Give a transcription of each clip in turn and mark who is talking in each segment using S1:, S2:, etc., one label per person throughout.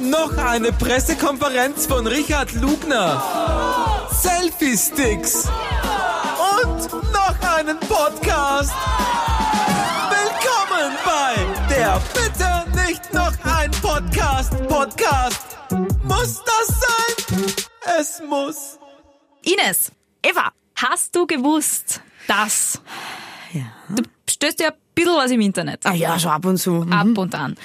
S1: Noch eine Pressekonferenz von Richard Lugner. Selfie-Sticks. Und noch einen Podcast. Willkommen bei der Bitte nicht noch ein Podcast. Podcast. Muss das sein? Es muss.
S2: Ines, Eva, hast du gewusst, dass du stößt ja ein bisschen was im Internet
S3: Ah ja, Mhm. schon ab und zu.
S2: ab und an.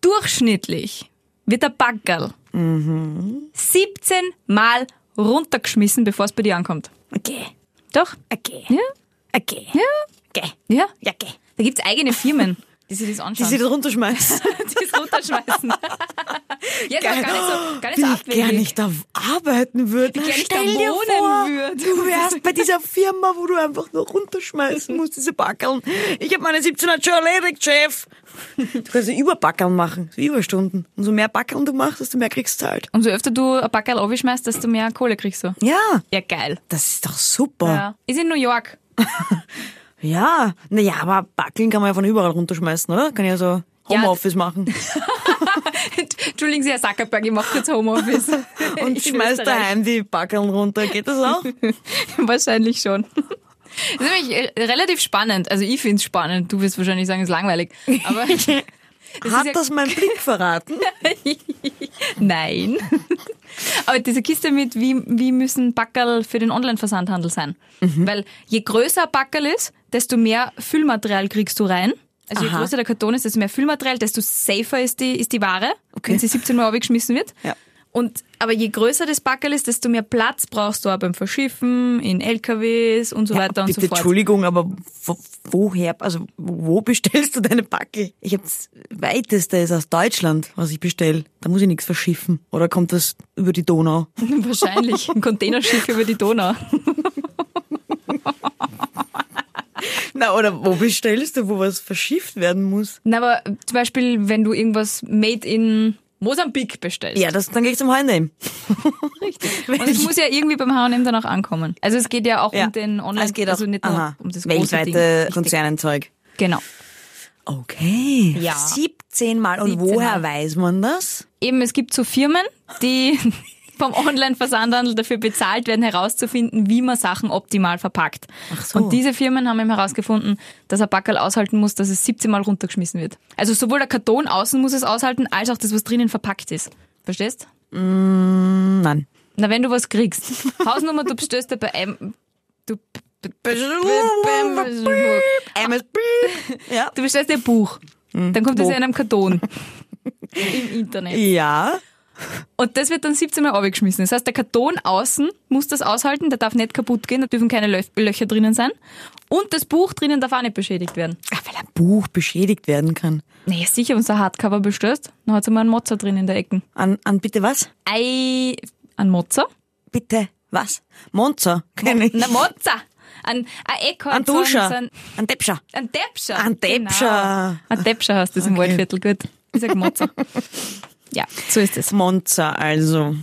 S2: Durchschnittlich wird der Baggerl 17 Mal runtergeschmissen, bevor es bei dir ankommt.
S3: Okay,
S2: Doch?
S3: okay,
S2: Ja?
S3: okay,
S2: Ja?
S3: okay,
S2: Ja?
S3: ja, okay.
S2: Da gibt's eigene Firmen, die sich das
S3: Die
S2: anschauen.
S3: sie da runterschmeißt.
S2: die es runterschmeißen. Jetzt auch gar
S3: Geil.
S2: nicht so, gar nicht so
S3: Wie ich
S2: abwegig.
S3: gerne nicht da arbeiten würde.
S2: gerne nicht
S3: Stell
S2: da
S3: dir
S2: wohnen
S3: vor,
S2: würd.
S3: du wärst bei dieser Firma, wo du einfach nur runterschmeißen musst, diese Backeln. Ich habe meine 1700 schon erledigt, Chef. Du kannst ja Überbackeln machen, so Überstunden. Umso mehr Backeln du machst, desto mehr kriegst du halt.
S2: Umso öfter du ein Backerl aufschmeißt, desto mehr Kohle kriegst du.
S3: Ja,
S2: Ja, geil.
S3: das ist doch super.
S2: Ja. Ist in New York.
S3: Ja, naja, aber Backeln kann man ja von überall runterschmeißen, oder? Kann ja so Homeoffice machen
S2: Entschuldigen Sie, Herr Zuckerberg, ich mache jetzt Homeoffice.
S3: und
S2: In
S3: schmeißt
S2: Österreich.
S3: daheim die Backeln runter. Geht das auch?
S2: Wahrscheinlich schon. Das ist nämlich äh, relativ spannend. Also ich finde es spannend. Du wirst wahrscheinlich sagen, es ist langweilig. Aber
S3: Hat
S2: ja-
S3: das mein Blick verraten?
S2: nein. Aber diese Kiste mit, wie, wie müssen Backerl für den Online-Versandhandel sein?
S3: Mhm.
S2: Weil je größer ein Backerl ist, desto mehr Füllmaterial kriegst du rein. Also je
S3: Aha.
S2: größer der Karton ist, desto mehr Füllmaterial, desto safer ist die, ist die Ware,
S3: Okay.
S2: wenn sie 17 Mal abgeschmissen wird.
S3: Ja.
S2: Und, aber je größer das Backerl ist, desto mehr Platz brauchst du auch beim Verschiffen, in LKWs und so weiter und
S3: Bitte,
S2: so fort.
S3: Entschuldigung, aber wo, woher, also wo bestellst du deine Backel? Ich hab's weiteste ist aus Deutschland, was ich bestell. Da muss ich nichts verschiffen. Oder kommt das über die Donau?
S2: Wahrscheinlich. Ein Containerschiff über die Donau.
S3: Na, oder wo bestellst du, wo was verschifft werden muss?
S2: Na, aber zum Beispiel, wenn du irgendwas made in Mosambik bestellst.
S3: Ja, das, dann gehe ich zum H&M.
S2: richtig.
S3: Wenn
S2: Und es
S3: ich-
S2: muss ja irgendwie beim H&M dann auch ankommen. Also es geht ja auch
S3: Ja.
S2: um den Online,
S3: Es geht auch,
S2: also nicht nur
S3: aha,
S2: um das große Ding.
S3: weltweite
S2: Richtig.
S3: Konzernenzeug.
S2: Genau.
S3: Okay.
S2: Ja.
S3: 17 Mal. Und
S2: 17
S3: woher
S2: Mal.
S3: weiß man das?
S2: Eben, es gibt so Firmen, die vom Online-Versandhandel dafür bezahlt werden, herauszufinden, wie man Sachen optimal verpackt. Ach
S3: so.
S2: Und diese Firmen haben eben herausgefunden, dass ein Backerl aushalten muss, dass es 17 Mal runtergeschmissen wird. Also sowohl der Karton außen muss es aushalten, als auch das, was drinnen verpackt ist. Verstehst?
S3: Nein.
S2: Na, wenn du was kriegst. Hausnummer, du bestößt dir bei einem, du,
S3: MS. Ja.
S2: du bestellst dir ein Buch. Dann kommt es
S3: Hm. wo?
S2: in einem Karton. Im Internet.
S3: Ja.
S2: Und das wird dann 17 Mal abgeschmissen. Das heißt, der Karton außen muss das aushalten, der darf nicht kaputt gehen, da dürfen keine Löf Löcher drinnen sein. Und das Buch drinnen darf auch nicht beschädigt werden.
S3: Ach, Ah, weil ein Buch beschädigt werden kann.
S2: Naja, sicher, wenn du ein Hardcover bestößt, dann hat es immer einen Motzer drin in der Ecken.
S3: An, an bitte was?
S2: Ei, ein Motzer?
S3: Bitte was? Monza kenne ich.
S2: Na, Motzer! Ein, ein Eck hat
S3: An
S2: so einen- so
S3: Duscher.
S2: einen-
S3: An Deppscher.
S2: Ein Deppscher.
S3: Ein Deppscher.
S2: Genau. Ein Deppscher heißt das im Waldviertel, gut. Ich sag Mozart. ja, so ist es.
S3: Monza also.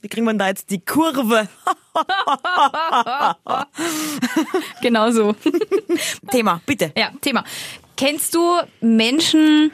S3: Wie kriegen wir da jetzt die Kurve?
S2: Genau so.
S3: Thema, bitte.
S2: Ja, Thema. Kennst du Menschen,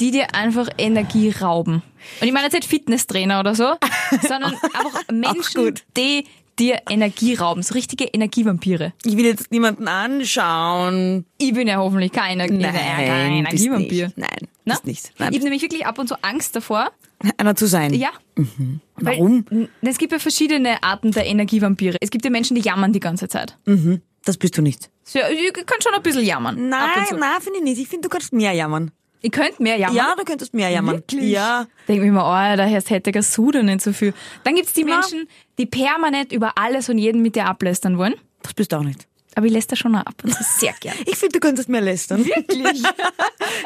S2: die dir einfach Energie rauben? Und ich meine jetzt nicht Fitnesstrainer oder so, sondern einfach Menschen,
S3: gut.
S2: die dir Energie rauben. So richtige Energievampire.
S3: Ich will jetzt niemanden anschauen.
S2: Ich bin ja hoffentlich kein Energie- äh, kein
S3: Nein, bist
S2: Energievampir.
S3: nicht. Nein,
S2: Na?
S3: bist nicht.
S2: ich
S3: Nein,
S2: habe nämlich wirklich ab und zu Angst davor.
S3: einer zu sein.
S2: Ja. Weil-
S3: Warum?
S2: N- Es gibt ja verschiedene Arten der Energievampire. Es gibt ja Menschen, die jammern die ganze Zeit.
S3: Mhm. Das bist du nicht.
S2: So, ja, ihr könnt schon ein bisschen jammern. ab und zu.
S3: nein, finde ich nicht. Ich finde, du kannst mehr jammern.
S2: Ihr könnt mehr jammern.
S3: Ja, du könntest mehr jammern.
S2: Wirklich?
S3: Ja.
S2: Denk mir immer, oh, da hätte ich Suder nicht so viel. Dann gibt's die
S3: Na.
S2: Menschen, die permanent über alles und jeden mit dir ablästern wollen.
S3: Das bist du auch nicht.
S2: Aber ich lässt schon ab und zu sehr gern.
S3: Ich finde, du könntest mehr lästern.
S2: Wirklich?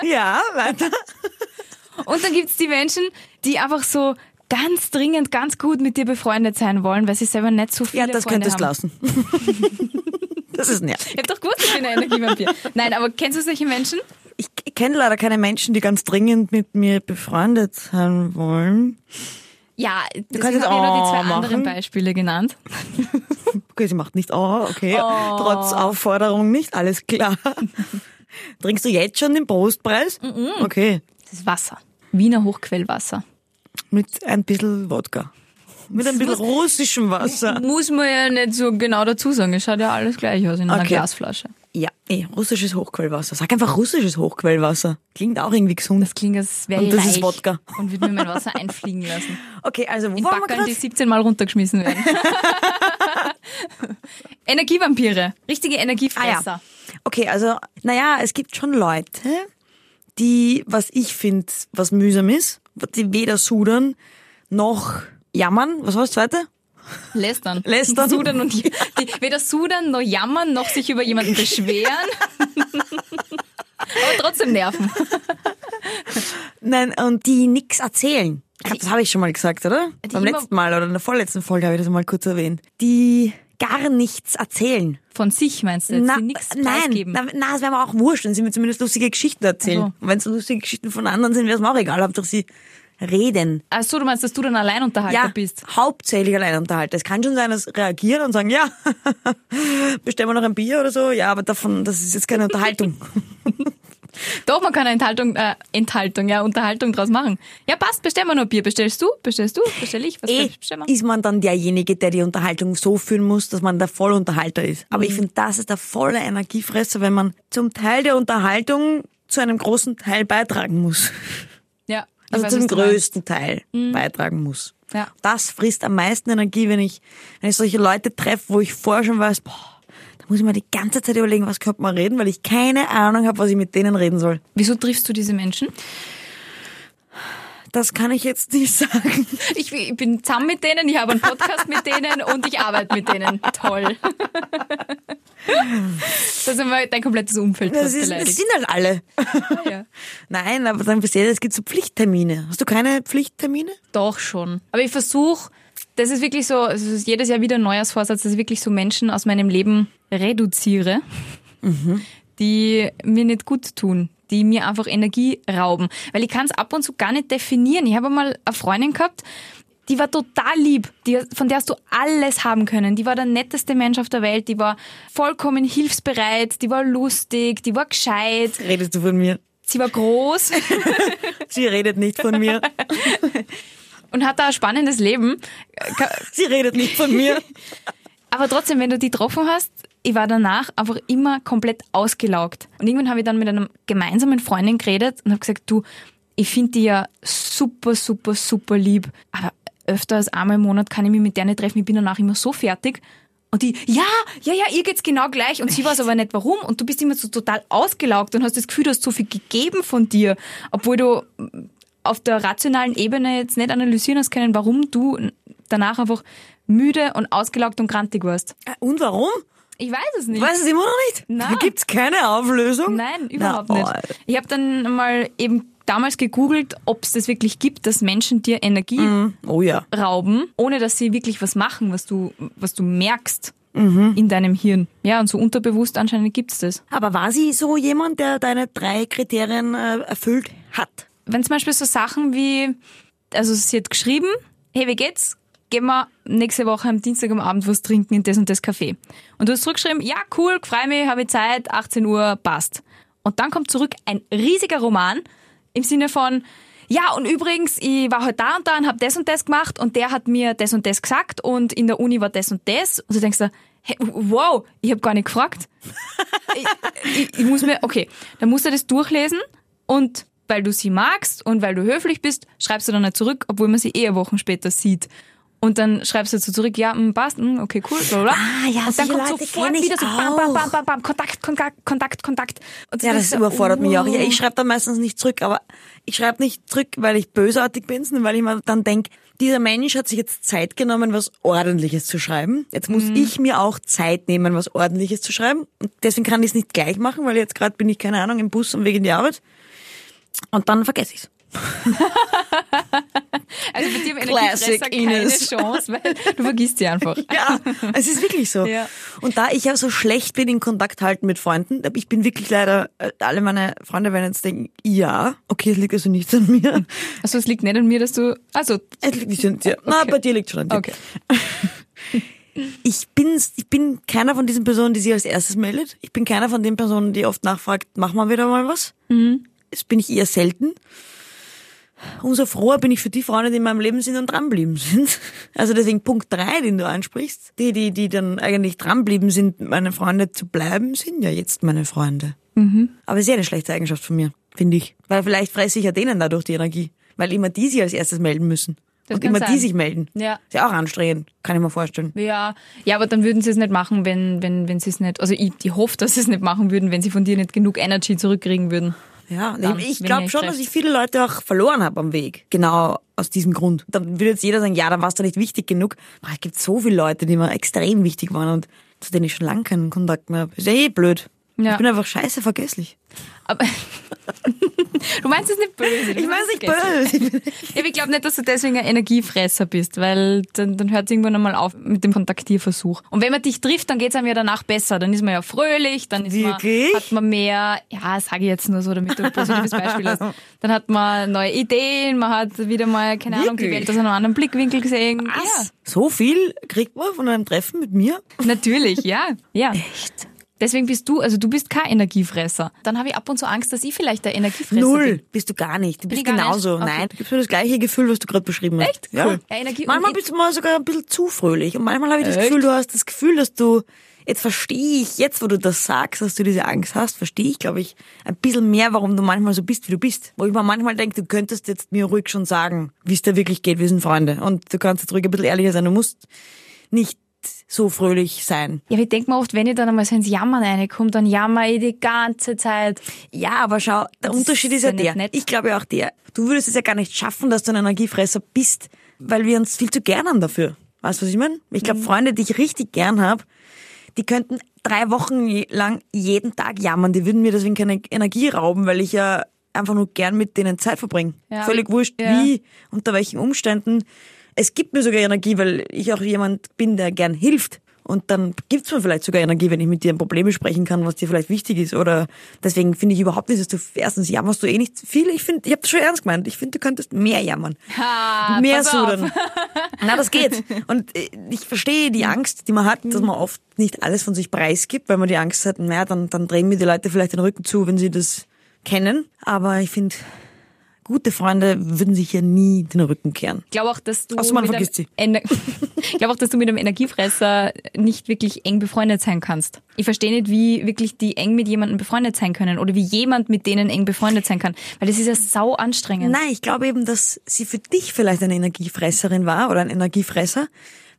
S3: ja, weiter.
S2: Und dann gibt's die Menschen, die einfach so ganz dringend, ganz gut mit dir befreundet sein wollen, weil sie selber nicht so viele
S3: Ja, das
S2: Freunde
S3: könntest
S2: haben.
S3: du lassen. das ist nervig.
S2: Ich hab doch gewusst, ich bin ein Energievampir. Nein, aber kennst du solche Menschen?
S3: Ich kenne leider keine Menschen, die ganz dringend mit mir befreundet sein wollen.
S2: Ja, deswegen habe
S3: kannst
S2: ich
S3: jetzt
S2: nur die zwei
S3: auch machen.
S2: anderen Beispiele genannt.
S3: Okay, sie macht nicht, oh, okay. Trotz Aufforderung nicht, alles klar. Trinkst du jetzt schon den Brustpreis? Okay.
S2: Das ist Wasser. Wiener Hochquellwasser.
S3: Mit ein bisschen Wodka. Mit ein bisschen russischem Wasser.
S2: Muss man ja nicht so genau dazu sagen. Es schaut ja alles gleich aus in einer
S3: Okay.
S2: Glasflasche.
S3: Ja, eh, russisches Hochquellwasser. Sag einfach russisches Hochquellwasser. Klingt auch irgendwie gesund.
S2: Das klingt, als wäre
S3: Und
S2: ich
S3: das ist
S2: reich
S3: Wodka.
S2: Und würde mir mein Wasser einfliegen lassen.
S3: Okay, also wo
S2: In
S3: waren wir
S2: Backern,
S3: gerade?
S2: die 17 Mal runtergeschmissen werden. Energievampire. Richtige
S3: Ah,
S2: Energiefresser.
S3: ja. Okay, also, naja, es gibt schon Leute, die, was ich finde, was mühsam ist, die weder sudern noch jammern. Was war das zweite?
S2: Lästern.
S3: Ah, Lästern.
S2: Sudern und, die, weder sudern noch jammern, noch sich über jemanden beschweren. Aber trotzdem nerven.
S3: Nein, und die nix erzählen. Ich glaub, das habe ich schon mal gesagt, oder?
S2: Die
S3: Beim
S2: immer-
S3: letzten Mal oder in der vorletzten Folge habe ich das mal kurz erwähnt. Die gar nichts erzählen.
S2: Von sich meinst du jetzt, die nichts
S3: nein,
S2: preisgeben. Also.
S3: na, na, das wäre mir auch wurscht, wenn sie mir zumindest lustige Geschichten erzählen.
S2: Ach
S3: Und wenn es lustige Geschichten von anderen sind, wäre es mir auch egal, ob doch sie reden.
S2: Ach so, du meinst, dass du dann Alleinunterhalter
S3: ja,
S2: bist.
S3: hauptsächlich Alleinunterhalter. Es kann schon sein, dass sie reagieren und sagen, ja, bestellen wir noch ein Bier oder so. Ja, aber davon, das ist jetzt keine Unterhaltung.
S2: Doch, man kann eine Enthaltung, äh, Enthaltung, ja, Unterhaltung draus machen. Ja, passt, bestellen wir nur Bier. Bestellst du? Bestellst du? Bestell ich? Was
S3: eh
S2: bestellen wir?
S3: ist man dann derjenige, der die Unterhaltung so führen muss, dass man der Vollunterhalter ist. Aber ich finde, das ist der volle Energiefresser, wenn man zum Teil der Unterhaltung zu einem großen Teil beitragen muss.
S2: Ja. ich
S3: Also
S2: weiß,
S3: zum
S2: was du meinst. Mhm.
S3: größten Teil beitragen muss.
S2: Ja.
S3: Das frisst am meisten Energie, wenn ich, wenn ich solche Leute treffe, wo ich vorher schon weiß, boah, da muss ich mir die ganze Zeit überlegen, was könnte man reden, weil ich keine Ahnung habe, was ich mit denen reden soll.
S2: Wieso triffst du diese Menschen?
S3: Das kann ich jetzt nicht sagen.
S2: Ich, ich bin zusammen mit denen, ich habe einen Podcast mit denen und ich arbeite mit denen. Toll. Das ist einmal dein komplettes Umfeld
S3: Das,
S2: das
S3: ist,
S2: beleidigt.
S3: das sind halt alle.
S2: ja.
S3: Nein, aber dann bisher, es gibt so Pflichttermine. Hast du keine Pflichttermine?
S2: Doch schon. Aber ich versuche, das ist wirklich so, es ist jedes Jahr wieder ein Neujahrsvorsatz, dass ich wirklich so Menschen aus meinem Leben reduziere, die mir nicht gut tun, die mir einfach Energie rauben. Weil ich kann es ab und zu gar nicht definieren. Ich habe mal eine Freundin gehabt, die war total lieb, die, von der hast du alles haben können. Die war der netteste Mensch auf der Welt, die war vollkommen hilfsbereit, die war lustig, die war gescheit,
S3: Redest du von mir?
S2: sie war groß.
S3: Sie redet nicht von mir.
S2: Und hat da ein spannendes Leben. äh,
S3: Sie redet nicht von mir.
S2: Aber trotzdem, wenn du die getroffen hast, ich war danach einfach immer komplett ausgelaugt. Und irgendwann habe ich dann mit einer gemeinsamen Freundin geredet und habe gesagt, du, ich finde die ja super, super, super lieb. Aber öfter als einmal im Monat kann ich mich mit der nicht treffen. Ich bin danach immer so fertig. Und die, ja, ja, ja, ihr geht's genau gleich. Und sie weiß aber nicht warum. Und du bist immer so total ausgelaugt und hast das Gefühl, du hast so viel gegeben von dir. Obwohl du auf der rationalen Ebene jetzt nicht analysieren hast können, warum du danach einfach müde und ausgelaugt und grantig warst.
S3: Äh, Und warum?
S2: Ich weiß es nicht.
S3: Ich weiß es immer noch nicht.
S2: Na.
S3: Da gibt's keine Auflösung.
S2: Nein, überhaupt
S3: Na, oh.
S2: nicht. Ich habe dann mal eben damals gegoogelt, ob es das wirklich gibt, dass Menschen dir Energie
S3: Oh ja.
S2: rauben, ohne dass sie wirklich was machen, was du, was du merkst
S3: Mhm.
S2: in deinem Hirn. Ja, und so unterbewusst anscheinend gibt es das.
S3: Aber war sie so jemand, der deine drei Kriterien äh, erfüllt hat?
S2: wenn zum Beispiel so Sachen wie, also sie hat geschrieben, hey, wie geht's? Gehen wir nächste Woche am Dienstag am Abend was trinken in das und das Café. Und du hast zurückgeschrieben, ja, cool, freu mich, habe ich Zeit, 18 Uhr, passt. Und dann kommt zurück ein riesiger Roman im Sinne von, ja, und übrigens, ich war heute da und da und habe das und das gemacht und der hat mir das und das gesagt und in der Uni war das und das. Und du denkst dir, hey, wow, ich habe gar nicht gefragt ich, ich muss mir, okay, dann musst du das durchlesen und weil du sie magst und weil du höflich bist, schreibst du dann nicht zurück, obwohl man sie eher Wochen später sieht. Und dann schreibst du dazu zurück, ja, hm, passt, hm, okay, cool, bla, bla.
S3: Ah, ja,
S2: und dann
S3: solche
S2: kommt
S3: Leute
S2: sofort
S3: kenn ich
S2: wieder so bam, bam,
S3: auch.
S2: bam, bam, bam, Kontakt, Kontakt, Kontakt, Kontakt. Und du
S3: Ja,
S2: denkst
S3: das Uh.
S2: dir,
S3: überfordert mich auch.
S2: oh.
S3: Ja, ich schreibe dann meistens nicht zurück, aber ich schreibe nicht zurück, weil ich bösartig bin, sondern weil ich mir dann denk, dieser Mensch hat sich jetzt Zeit genommen, was Ordentliches zu schreiben. Jetzt muss ich mir auch Zeit nehmen, was Ordentliches zu schreiben. Und deswegen kann ich es nicht gleich machen, weil jetzt gerade bin ich, keine Ahnung, im Bus am Weg in die Arbeit. Und dann vergesse ich's.
S2: Also bei dir im
S3: Classic
S2: Energiefresser keine
S3: Ines.
S2: Chance, weil du vergisst sie einfach.
S3: Ja, es ist wirklich so.
S2: Ja.
S3: Und da ich ja so schlecht bin in Kontakt halten mit Freunden, ich bin wirklich leider, äh, alle meine Freunde werden jetzt denken, ja, okay, es liegt also nicht an mir.
S2: Also es liegt nicht an mir, dass du, also,
S3: Es liegt nicht an dir. Na, bei dir liegt schon an dir.
S2: okay.
S3: Ich, bin's, ich bin keiner von diesen Personen, die sich als erstes meldet. Ich bin keiner von den
S2: Mhm.
S3: Personen, die oft nachfragt, mach mal wieder mal was. Das bin ich eher selten. umso froher bin ich für die Frauen, die in meinem Leben sind und dranblieben sind. Also deswegen Punkt drei, den du ansprichst, die, die, die dann eigentlich dranblieben sind, meine Freunde zu bleiben, sind ja jetzt meine Freunde.
S2: Mhm.
S3: Aber sehr eine schlechte Eigenschaft von mir, finde ich. Weil vielleicht fresse ich ja denen dadurch die Energie. Weil immer die sich als erstes melden müssen.
S2: Das
S3: und
S2: kann
S3: immer die
S2: sein.
S3: sich melden.
S2: Ja.
S3: Ist ja auch anstrengend, kann ich mir vorstellen.
S2: Ja, ja, aber dann würden sie es nicht machen, wenn, wenn, wenn sie es nicht, also ich, ich hoffe, dass sie es nicht machen würden, wenn sie von dir nicht genug Energy zurückkriegen würden.
S3: Ja,
S2: Dann,
S3: ich
S2: wenn
S3: glaube
S2: ihr
S3: schon,
S2: trefft.
S3: dass ich viele Leute auch verloren habe am Weg. Genau aus diesem Grund. Dann würde jetzt jeder sagen, ja, dann warst du nicht wichtig genug. Aber es gibt so viele Leute, die mir extrem wichtig waren und zu denen ich schon lange keinen Kontakt mehr habe. Ist ja eh blöd.
S2: Ja.
S3: Ich bin einfach scheiße vergesslich.
S2: Aber du meinst es nicht böse. du
S3: Ich
S2: meinst
S3: weiß
S2: es
S3: nicht
S2: vergessen.
S3: böse.
S2: Ja, aber ich glaube nicht, dass du deswegen ein Energiefresser bist, weil dann, dann hört es irgendwann einmal auf mit dem Kontaktierversuch. Und wenn man dich trifft, dann geht es einem ja danach besser. Dann ist man ja fröhlich, dann ist man,
S3: Wirklich?
S2: hat man mehr, ja, sage ich jetzt nur so, damit du ein positives Beispiel hast. Dann hat man neue Ideen, man hat wieder mal, keine Ahnung, die
S3: Wirklich?
S2: Welt aus einem anderen Blickwinkel gesehen.
S3: So viel kriegt man von einem Treffen mit mir?
S2: Ja, natürlich, ja. ja. Echt? Deswegen bist du, also du bist kein Energiefresser. Dann habe ich ab und zu Angst, dass ich vielleicht der Energiefresser bin.
S3: Null. Bist du gar nicht. Du
S2: Bin
S3: bist
S2: ich gar
S3: genauso.
S2: nicht? Okay.
S3: Nein. Du gibst mir das gleiche Gefühl, was du gerade beschrieben hast.
S2: Echt? Cool. Ja, Energie-
S3: manchmal
S2: und-
S3: bist du mal sogar ein bisschen zu fröhlich. Und manchmal habe ich das
S2: Echt?
S3: Gefühl, du hast das Gefühl, dass du, jetzt verstehe ich, jetzt wo du das sagst, dass du diese Angst hast, verstehe ich, glaube ich, ein bisschen mehr, warum du manchmal so bist, wie du bist. Wo ich mir manchmal denke, du könntest jetzt mir ruhig schon sagen, wie es dir wirklich geht, wir sind Freunde. Und du kannst jetzt ruhig ein bisschen ehrlicher sein. Du musst nicht so fröhlich sein.
S2: Ja, aber ich denke mir oft, wenn ich dann einmal so ins Jammern reinkomme, dann jammer ich die ganze Zeit.
S3: Ja, aber schau, der Unterschied ist ja
S2: ist ja
S3: der.
S2: nicht nett.
S3: Ich glaube ja auch der. Du würdest es ja gar nicht schaffen, dass du ein Energiefresser bist, weil wir uns viel zu gern haben dafür. Weißt du, was ich meine? Ich
S2: Mhm.
S3: glaube, Freunde, die ich richtig gern habe, die könnten drei Wochen je- lang jeden Tag jammern. Die würden mir deswegen keine Energie rauben, weil ich ja einfach nur gern mit denen Zeit verbringe.
S2: Ja,
S3: Völlig
S2: aber-
S3: wurscht,
S2: ja.
S3: wie, unter welchen Umständen. Es gibt mir sogar Energie, weil ich auch jemand bin, der gern hilft. Und dann gibt's mir vielleicht sogar Energie, wenn ich mit dir ein Problem besprechen kann, was dir vielleicht wichtig ist. Oder deswegen finde ich überhaupt nicht, dass du erstens jammerst du eh nicht viel. Ich finde, ich habe das schon ernst gemeint. Ich finde, du könntest mehr jammern.
S2: Ha,
S3: mehr
S2: Ah, pass auf. Hm.
S3: sudern. Na, das geht. Und äh, ich verstehe die Angst, die man hat, dass man oft nicht alles von sich preisgibt, weil man die Angst hat, naja, dann, dann drehen mir die Leute vielleicht den Rücken zu, wenn sie das kennen. Aber ich finde, gute Freunde würden sich ja nie den Rücken kehren.
S2: Ich glaube auch, dass du
S3: Außer man
S2: mit einem
S3: vergisst sie.
S2: Ener- ich glaube auch, dass du mit einem Energiefresser nicht wirklich eng befreundet sein kannst. Ich verstehe nicht, wie wirklich die eng mit jemandem befreundet sein können oder wie jemand mit denen eng befreundet sein kann, weil das ist ja sau anstrengend.
S3: Nein, ich glaube eben, dass sie für dich vielleicht eine Energiefresserin war oder ein Energiefresser,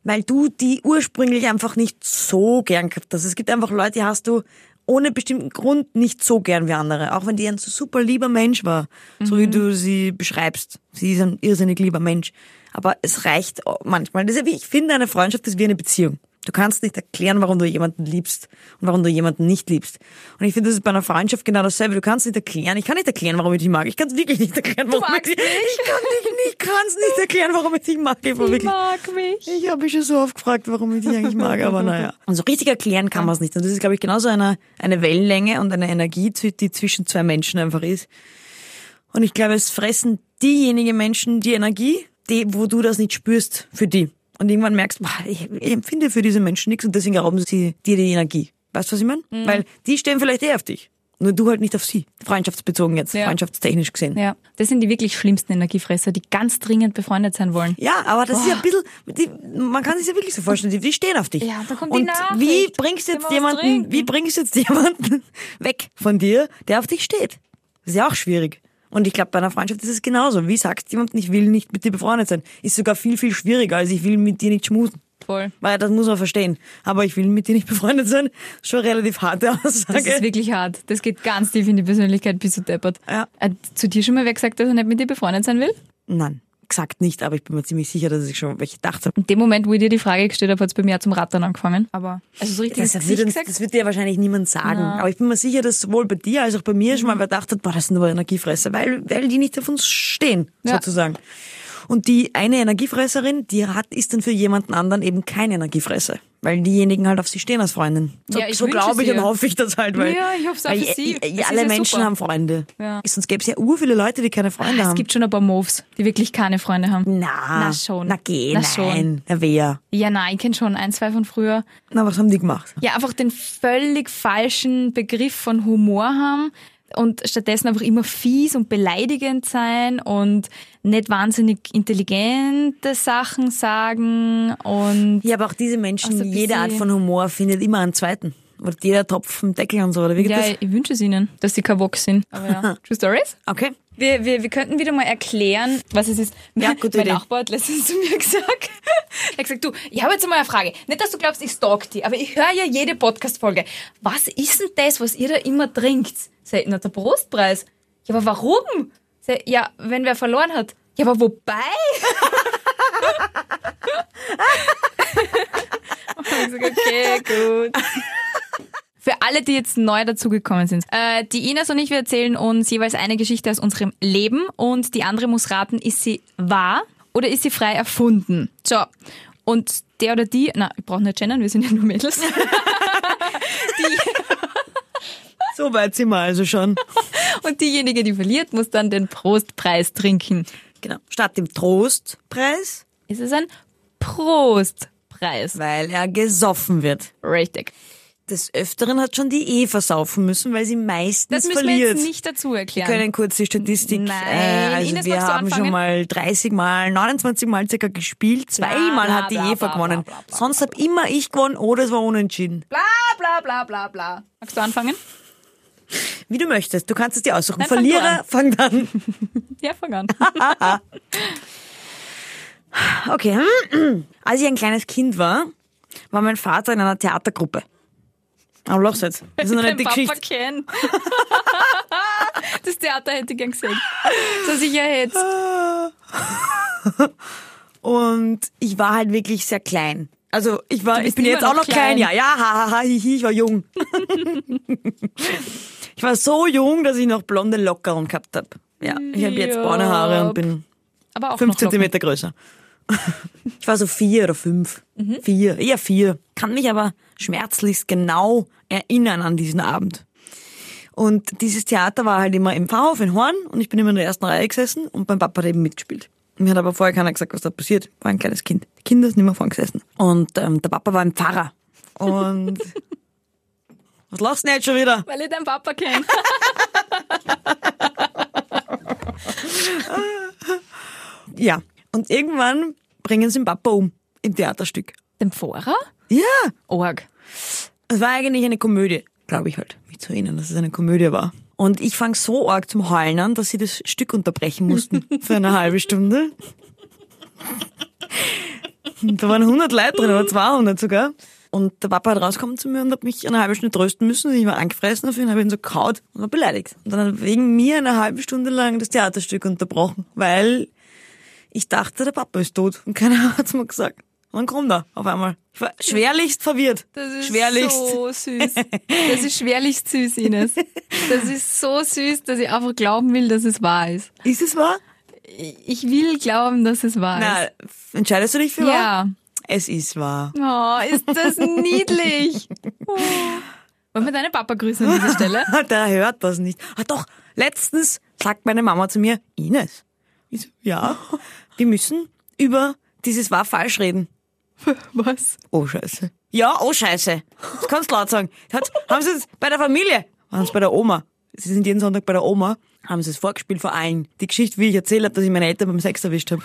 S3: weil du die ursprünglich einfach nicht so gern gehabt hast. Es gibt einfach Leute, die hast du ohne bestimmten Grund nicht so gern wie andere, auch wenn die ein so super lieber Mensch war, so wie du sie beschreibst. Sie ist ein irrsinnig lieber Mensch. Aber es reicht manchmal. Das ist ja wie, ich finde, eine Freundschaft ist wie eine Beziehung. Du kannst nicht erklären, warum du jemanden liebst und warum du jemanden nicht liebst. Und ich finde, das ist bei einer Freundschaft genau dasselbe. Du kannst nicht erklären. Ich kann nicht erklären, warum ich dich mag. Ich kann es wirklich nicht erklären, warum
S2: magst
S3: ich dich Ich kann dich nicht, kann es nicht erklären, warum ich dich mag. Ich, war
S2: Ich
S3: wirklich,
S2: mag mich.
S3: ich habe mich schon so oft gefragt, warum ich dich eigentlich mag, aber naja. Und so richtig erklären kann man es nicht. Und das ist, glaube ich, genauso eine, eine Wellenlänge und eine Energie, zw- die zwischen zwei Menschen einfach ist. Und ich glaube, es fressen diejenigen Menschen die Energie, die, wo du das nicht spürst, für die. Und irgendwann merkst, boah, ich, ich empfinde für diese Menschen nichts und deswegen rauben sie dir die Energie. Weißt du, was ich meine? Weil die stehen vielleicht eh auf dich. Nur du halt nicht auf sie. Freundschaftsbezogen jetzt,
S2: Ja.
S3: freundschaftstechnisch gesehen.
S2: Ja, das sind die wirklich schlimmsten Energiefresser, die ganz dringend befreundet sein wollen.
S3: Ja, aber das ist ja ein bisschen, die, man kann sich ja wirklich so vorstellen, die, die stehen auf dich.
S2: Ja, da kommt die
S3: Und
S2: Nachricht.
S3: wie bringst du
S2: Können
S3: jetzt
S2: wir was
S3: jemanden,
S2: trinken?
S3: wie bringst du jetzt jemanden weg von dir, der auf dich steht? Das ist ja auch schwierig. Und ich glaube, bei einer Freundschaft ist es genauso. Wie sagst jemand, ich will nicht mit dir befreundet sein? Ist sogar viel, viel schwieriger, als ich will mit dir nicht schmusen.
S2: Voll.
S3: Weil das muss man verstehen. Aber ich will mit dir nicht befreundet sein. Schon relativ harte
S2: Das ist
S3: Aussage.
S2: wirklich hart. Das geht ganz tief in die Persönlichkeit, bist du deppert.
S3: Ja.
S2: Hat zu dir schon mal wer gesagt, dass er nicht mit dir befreundet sein will?
S3: Nein, gesagt nicht, aber ich bin mir ziemlich sicher, dass ich schon welche gedacht habe.
S2: In dem Moment, wo ich dir die Frage gestellt habe, hat es bei mir auch zum Rattern angefangen. Aber also so richtig
S3: Das,
S2: ins
S3: das,
S2: Gesicht
S3: wird, uns-
S2: gesagt.
S3: das wird dir wahrscheinlich niemand sagen. Aber ich bin mir sicher, dass sowohl bei dir als auch bei mir schon
S2: Mhm.
S3: mal wer gedacht hat, boah, das sind aber Energiefresser, weil, weil die nicht auf uns stehen,
S2: Ja.
S3: sozusagen. Und die eine Energiefresserin, die hat, ist dann für jemanden anderen eben kein Energiefresser. Weil diejenigen halt auf sie stehen als Freundin. So,
S2: Ja, ich
S3: so
S2: wünsche
S3: glaube
S2: es
S3: ich und
S2: ihr.
S3: hoffe ich das halt. Weil,
S2: Ja, ich hoff's auch
S3: weil
S2: für
S3: je-
S2: sie.
S3: je- je-
S2: Es ist
S3: alle
S2: ja
S3: Menschen
S2: super.
S3: haben Freunde.
S2: Ja. Ah,
S3: Sonst gäbe es ja ur viele Leute, die keine Freunde
S2: Es
S3: haben. Mhm.
S2: gibt schon ein paar Moves, die wirklich keine Freunde haben.
S3: na,
S2: Na schon.
S3: Na geh,
S2: Na
S3: nein.
S2: schon.
S3: Na wer?
S2: Ja, nein, ich kenne schon ein, zwei von früher.
S3: Na, was haben die gemacht?
S2: Ja, einfach den völlig falschen Begriff von Humor haben. und stattdessen einfach immer fies und beleidigend sein und nicht wahnsinnig intelligente Sachen sagen und
S3: Ja, aber auch diese Menschen,
S2: Also ein
S3: jede Art
S2: bisschen-
S3: von Humor findet immer einen zweiten. Oder jeder Topf im Deckel und so, oder wie geht
S2: ja,
S3: das?
S2: ich wünsche es ihnen, dass sie kein Wok sind. Aber ja. True Stories?
S3: Okay.
S2: Wir, wir, wir könnten wieder mal erklären, was es ist.
S3: Ja, gute
S2: mein
S3: Idee.
S2: Nachbar hat letztens zu mir gesagt. er hat gesagt, du, ich habe jetzt mal eine Frage. Nicht, dass du glaubst, ich stalk die, aber ich höre ja jede Podcast-Folge. Was ist denn das, was ihr da immer trinkt? Seid na, der Brustpreis. Ja, aber warum? Sag ich, ja, wenn wer verloren hat. Ja, aber wobei? Und ich hab gesagt, okay, gut. Für alle, die jetzt neu dazugekommen sind. Äh, die Ines und ich, wir erzählen uns jeweils eine Geschichte aus unserem Leben und die andere muss raten, ist sie wahr oder ist sie frei erfunden? So, und der oder die, na, ich brauche nicht gendern, wir sind ja nur Mädels.
S3: So weit sind wir also schon.
S2: Und diejenige, die verliert, muss dann den Prostpreis trinken.
S3: Genau. Statt dem Trostpreis,
S2: Es ist ein Prostpreis.
S3: weil er gesoffen wird.
S2: Richtig.
S3: Des Öfteren hat schon die Eva saufen müssen, weil sie meistens
S2: Das müssen wir
S3: verliert.
S2: jetzt nicht dazu erklären.
S3: Wir können kurz die Statistik.
S2: Nein,
S3: äh, also
S2: Ines,
S3: wir
S2: magst du
S3: haben
S2: anfangen?
S3: schon mal 30 Mal, 29 Mal circa gespielt. Zweimal
S2: bla,
S3: hat die
S2: bla,
S3: Eva
S2: bla,
S3: gewonnen.
S2: bla, bla, bla,
S3: Sonst habe immer ich gewonnen oder es war unentschieden.
S2: bla bla bla bla bla. Magst du anfangen?
S3: Wie du möchtest. Du kannst es dir aussuchen.
S2: Nein, fang du
S3: Verlierer, fang an.
S2: Ja, fang an.
S3: Okay. hm, Als ich ein kleines Kind war, war mein Vater in einer Theatergruppe. Aber lachst jetzt. Das ist eine nette
S2: Den Papa
S3: Geschichte.
S2: kennen. das Theater hätte ich gern gesehen. So sicher hätte
S3: Und ich war halt wirklich sehr klein. Also ich war,
S2: Du bist
S3: ich bin
S2: immer
S3: jetzt auch
S2: noch
S3: noch klein.
S2: klein.
S3: Ja, ja, ha, ha, ha, hi, hi, ich war jung. ich war so jung, dass ich noch blonde Lockerung gehabt habe. Ja, ich habe jetzt
S2: Ja.
S3: braune Haare und bin
S2: Aber auch noch
S3: fünf
S2: Locken.
S3: Zentimeter größer. ich war so vier oder fünf. Vier, eher vier. Mhm. Kann mich aber schmerzlichst genau erinnern an diesen Abend. Und dieses Theater war halt immer im Pfarrhof in Horn und ich bin immer in der ersten Reihe gesessen und mein Papa hat eben mitgespielt. Mir hat aber vorher keiner gesagt, was da passiert. War ein kleines Kind. Die Kinder sind immer vorn gesessen. Und ähm, der Papa war ein Pfarrer. Und was lachst du denn jetzt schon wieder?
S2: Weil ich deinen Papa kenne.
S3: Ja. Und irgendwann bringen sie den Papa um im Theaterstück.
S2: Den Pfarrer?
S3: Ja,
S2: Org.
S3: Es war eigentlich eine Komödie, glaube ich halt. Mich zu erinnern, dass es eine Komödie war. Und ich fang so arg zum Heulen an, dass sie das Stück unterbrechen mussten für eine halbe Stunde. Und da waren 100 Leute drin, oder 200 sogar. Und der Papa hat rausgekommen zu mir und hat mich eine halbe Stunde trösten müssen. Ich war angefressen auf ihn, habe ihn so kaut und war beleidigt. Und dann hat wegen mir eine halbe Stunde lang das Theaterstück unterbrochen, weil ich dachte, der Papa ist tot und keiner hat's mir gesagt. Und dann kommt er auf einmal. Ich war schwerlichst verwirrt.
S2: Das ist
S3: schwerlichst.
S2: so süß. Das ist schwerlichst süß, Ines. Das ist so süß, dass ich einfach glauben will, dass es wahr ist.
S3: Ist es wahr?
S2: Ich will glauben, dass es wahr
S3: Na, entscheidest du dich für
S2: ist.
S3: wahr?
S2: Ja.
S3: Es ist wahr.
S2: Oh, ist das niedlich. Oh. Wollen wir deinen Papa grüßen an dieser Stelle?
S3: Der hört das nicht. Ah, doch, letztens sagt meine Mama zu mir, Ines, ich so, ja, wir müssen über dieses war falsch reden.
S2: Was?
S3: Oh Scheiße. Ja, oh Scheiße. Das kannst du laut sagen. Hat, haben sie es bei der Familie? Haben sie es bei der Oma? Sie sind jeden Sonntag bei der Oma. Haben sie es vorgespielt vor allen. Die Geschichte, wie ich erzählt habe, dass ich meine Eltern beim Sex erwischt habe.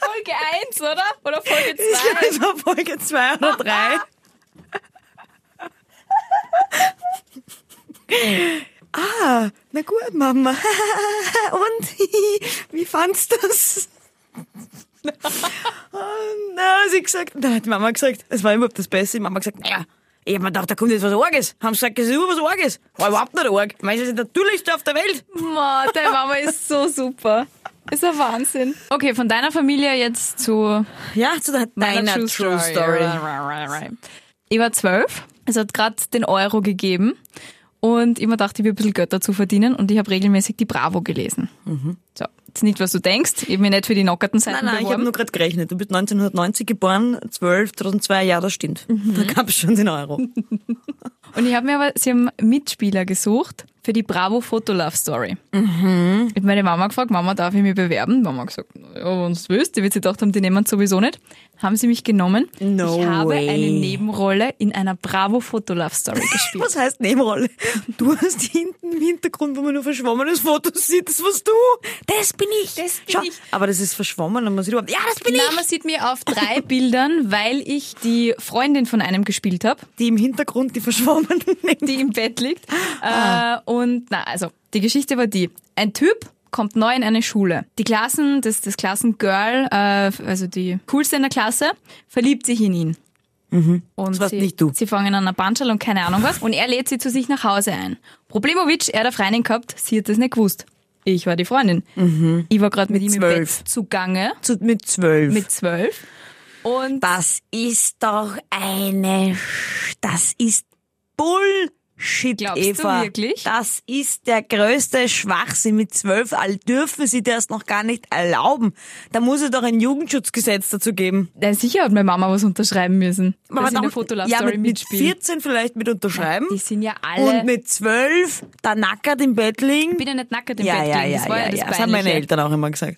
S2: Folge 1, oder? Oder Folge 2?
S3: Ich glaube, es war Folge 2 oder 3. ah, na gut, Mama. Und wie fandst du das? Und dann hat sie gesagt, dann hat die Mama gesagt, es war überhaupt das Beste. Die Mama hat gesagt, naja, ich hab mir gedacht, da kommt jetzt was Orges. Haben sie gesagt, das ist überhaupt was Orges. War überhaupt nicht Org. Weil sie sind der Natürlichste auf der Welt.
S2: Ma, deine Mama ist so super. Ist ein Wahnsinn. Okay, von deiner Familie jetzt zu
S3: Ja, zu deiner
S2: meiner
S3: True, Story.
S2: Ich war zwölf. Es hat gerade den Euro gegeben. Und ich mir dachte, ich will ein bisschen Geld dazu verdienen. Und ich habe regelmäßig die Bravo gelesen. So, jetzt nicht, was du denkst. Ich habe mich nicht für die nockerten Seiten
S3: Mhm. Nein, nein, ich habe
S2: beworben.
S3: nur gerade gerechnet. Du bist 1990 geboren, 12, 2002, ja, das stimmt. Da gab es schon den Euro.
S2: und ich habe mir aber, sie haben Mitspieler gesucht. für die Bravo Photo Love Story.
S3: Mhm.
S2: Ich habe meine Mama gefragt, Mama, darf ich mich bewerben? Mama hat gesagt, ja, wenn du willst. Die wird sich gedacht haben, die nehmen sowieso nicht. Haben sie mich genommen.
S3: No
S2: ich habe
S3: way.
S2: eine Nebenrolle in einer Bravo Photo Love Story gespielt.
S3: Was heißt Nebenrolle? Du hast hinten im Hintergrund, wo man nur verschwommenes Foto sieht, das warst du. Das bin ich.
S2: Das bin ich.
S3: Aber das ist verschwommen und man sieht überhaupt, ja, das bin
S2: Na,
S3: ich.
S2: man sieht mir auf drei Bildern, weil ich die Freundin von einem gespielt habe.
S3: Die im Hintergrund, die verschwommenen.
S2: die im Bett liegt.
S3: Ah.
S2: Äh, und na, also die Geschichte war die. Ein Typ kommt neu in eine Schule. Die Klassen, das, das Klassengirl, äh, also die coolste in der Klasse, verliebt sich in ihn. Und
S3: Mhm. Das warst
S2: sie,
S3: nicht du.
S2: sie fangen an einer Bandschal und keine Ahnung was. Und er lädt sie zu sich nach Hause ein. Problemowitsch, er hat eine Freundin gehabt, sie hat das nicht gewusst. Ich war die Freundin. Ich war gerade mit,
S3: Mit
S2: ihm
S3: Mhm. zwölf.
S2: im Bett zugange,
S3: Zu, mit zwölf.
S2: mit zwölf. Und
S3: das ist doch eine, Sch- das ist Bullshit,
S2: Glaubst du
S3: Eva.
S2: wirklich?
S3: Das ist der größte Schwachsinn. Mit zwölf all dürfen sie das noch gar nicht erlauben. Da muss es doch ein Jugendschutzgesetz dazu geben.
S2: na, sicher hat meine Mama was unterschreiben müssen,
S3: Aber
S2: dass ich in der
S3: doch- ja,
S2: Fotolab-Story
S3: mit, mit
S2: mitspiele.
S3: 14 vielleicht mit unterschreiben.
S2: Die sind ja alle.
S3: und mit 12 da nackert im Bett liegen.
S2: bin ja nicht nackt im
S3: ja,
S2: Bett
S3: ja,
S2: gelegen. Das
S3: ja,
S2: war ja,
S3: ja,
S2: das
S3: ja. Das haben meine
S2: Peinliche.
S3: Eltern auch immer gesagt.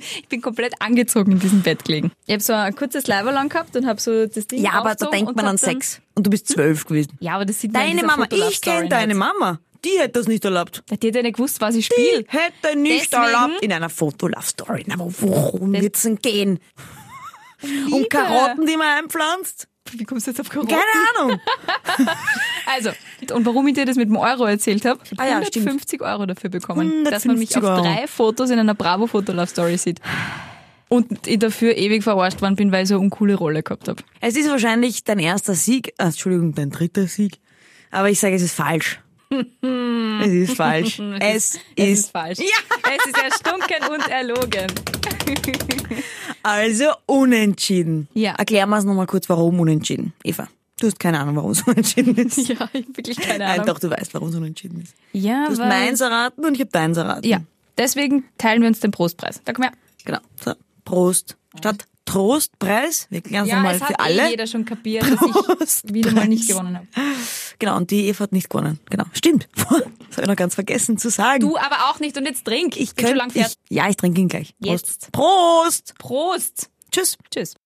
S2: Ich bin komplett angezogen in diesem Bett gelegen. Ich habe so ein kurzes Leiberl lang gehabt und habe so das Ding
S3: Ja, aber da
S2: aufgezogen
S3: denkt
S2: und
S3: man
S2: hab
S3: an
S2: dann-
S3: Sex. Und du bist 12 gewesen.
S2: Ja, aber das sieht man in
S3: Deine
S2: dieser
S3: Mama, ich
S2: Fotolove-Story
S3: kenne deine
S2: nicht.
S3: Mama. Die hätte das nicht erlaubt.
S2: Die hätte ja nicht gewusst, was ich
S3: Die
S2: spiele.
S3: hätte nicht
S2: Deswegen-
S3: erlaubt. In einer Fotolove-Story. Na, aber worum wird's denn gehen? Um Karotten, die man einpflanzt?
S2: Wie kommst du jetzt auf Corona?
S3: Keine Ahnung.
S2: Also, und warum ich dir das mit dem Euro erzählt habe, ich
S3: Ah ja,
S2: habe 150 Euro dafür bekommen, dass man mich
S3: 150
S2: auf
S3: Euro.
S2: drei Fotos in einer Bravo-Fotolove-Story sieht. Und ich dafür ewig verarscht worden bin, weil ich so eine uncoole Rolle gehabt habe.
S3: Es ist wahrscheinlich dein erster Sieg. Ah, Entschuldigung, dein dritter Sieg. Aber ich sage, es ist falsch. es ist falsch. Es, ist,
S2: Es ist, falsch. Ja. Es ist erstunken und erlogen.
S3: Also unentschieden.
S2: Ja.
S3: Erklär mal nochmal kurz, warum unentschieden. Eva, du hast keine Ahnung, warum es unentschieden ist.
S2: Ja, ich hab wirklich keine
S3: Nein,
S2: Ahnung.
S3: doch, du weißt, warum es unentschieden ist.
S2: Ja,
S3: Du hast
S2: weil-
S3: meins erraten und ich habe deins erraten.
S2: Ja, deswegen teilen wir uns den Prostpreis. Da komm her.
S3: Genau. So. Prost. Statt Trostpreis, wir klären
S2: Also
S3: es nochmal für alle.
S2: eh jeder schon kapiert, dass ich wieder mal nicht gewonnen habe.
S3: Genau, und die Eva hat nicht gewonnen. Genau, stimmt. Das habe ich noch ganz vergessen zu sagen.
S2: Du aber auch nicht und jetzt trink. Ich bin
S3: Könnt
S2: schon lang fertig.
S3: ich, Ja, ich trinke ihn gleich.
S2: Jetzt.
S3: Prost. Prost.
S2: Prost.
S3: Tschüss.
S2: Tschüss.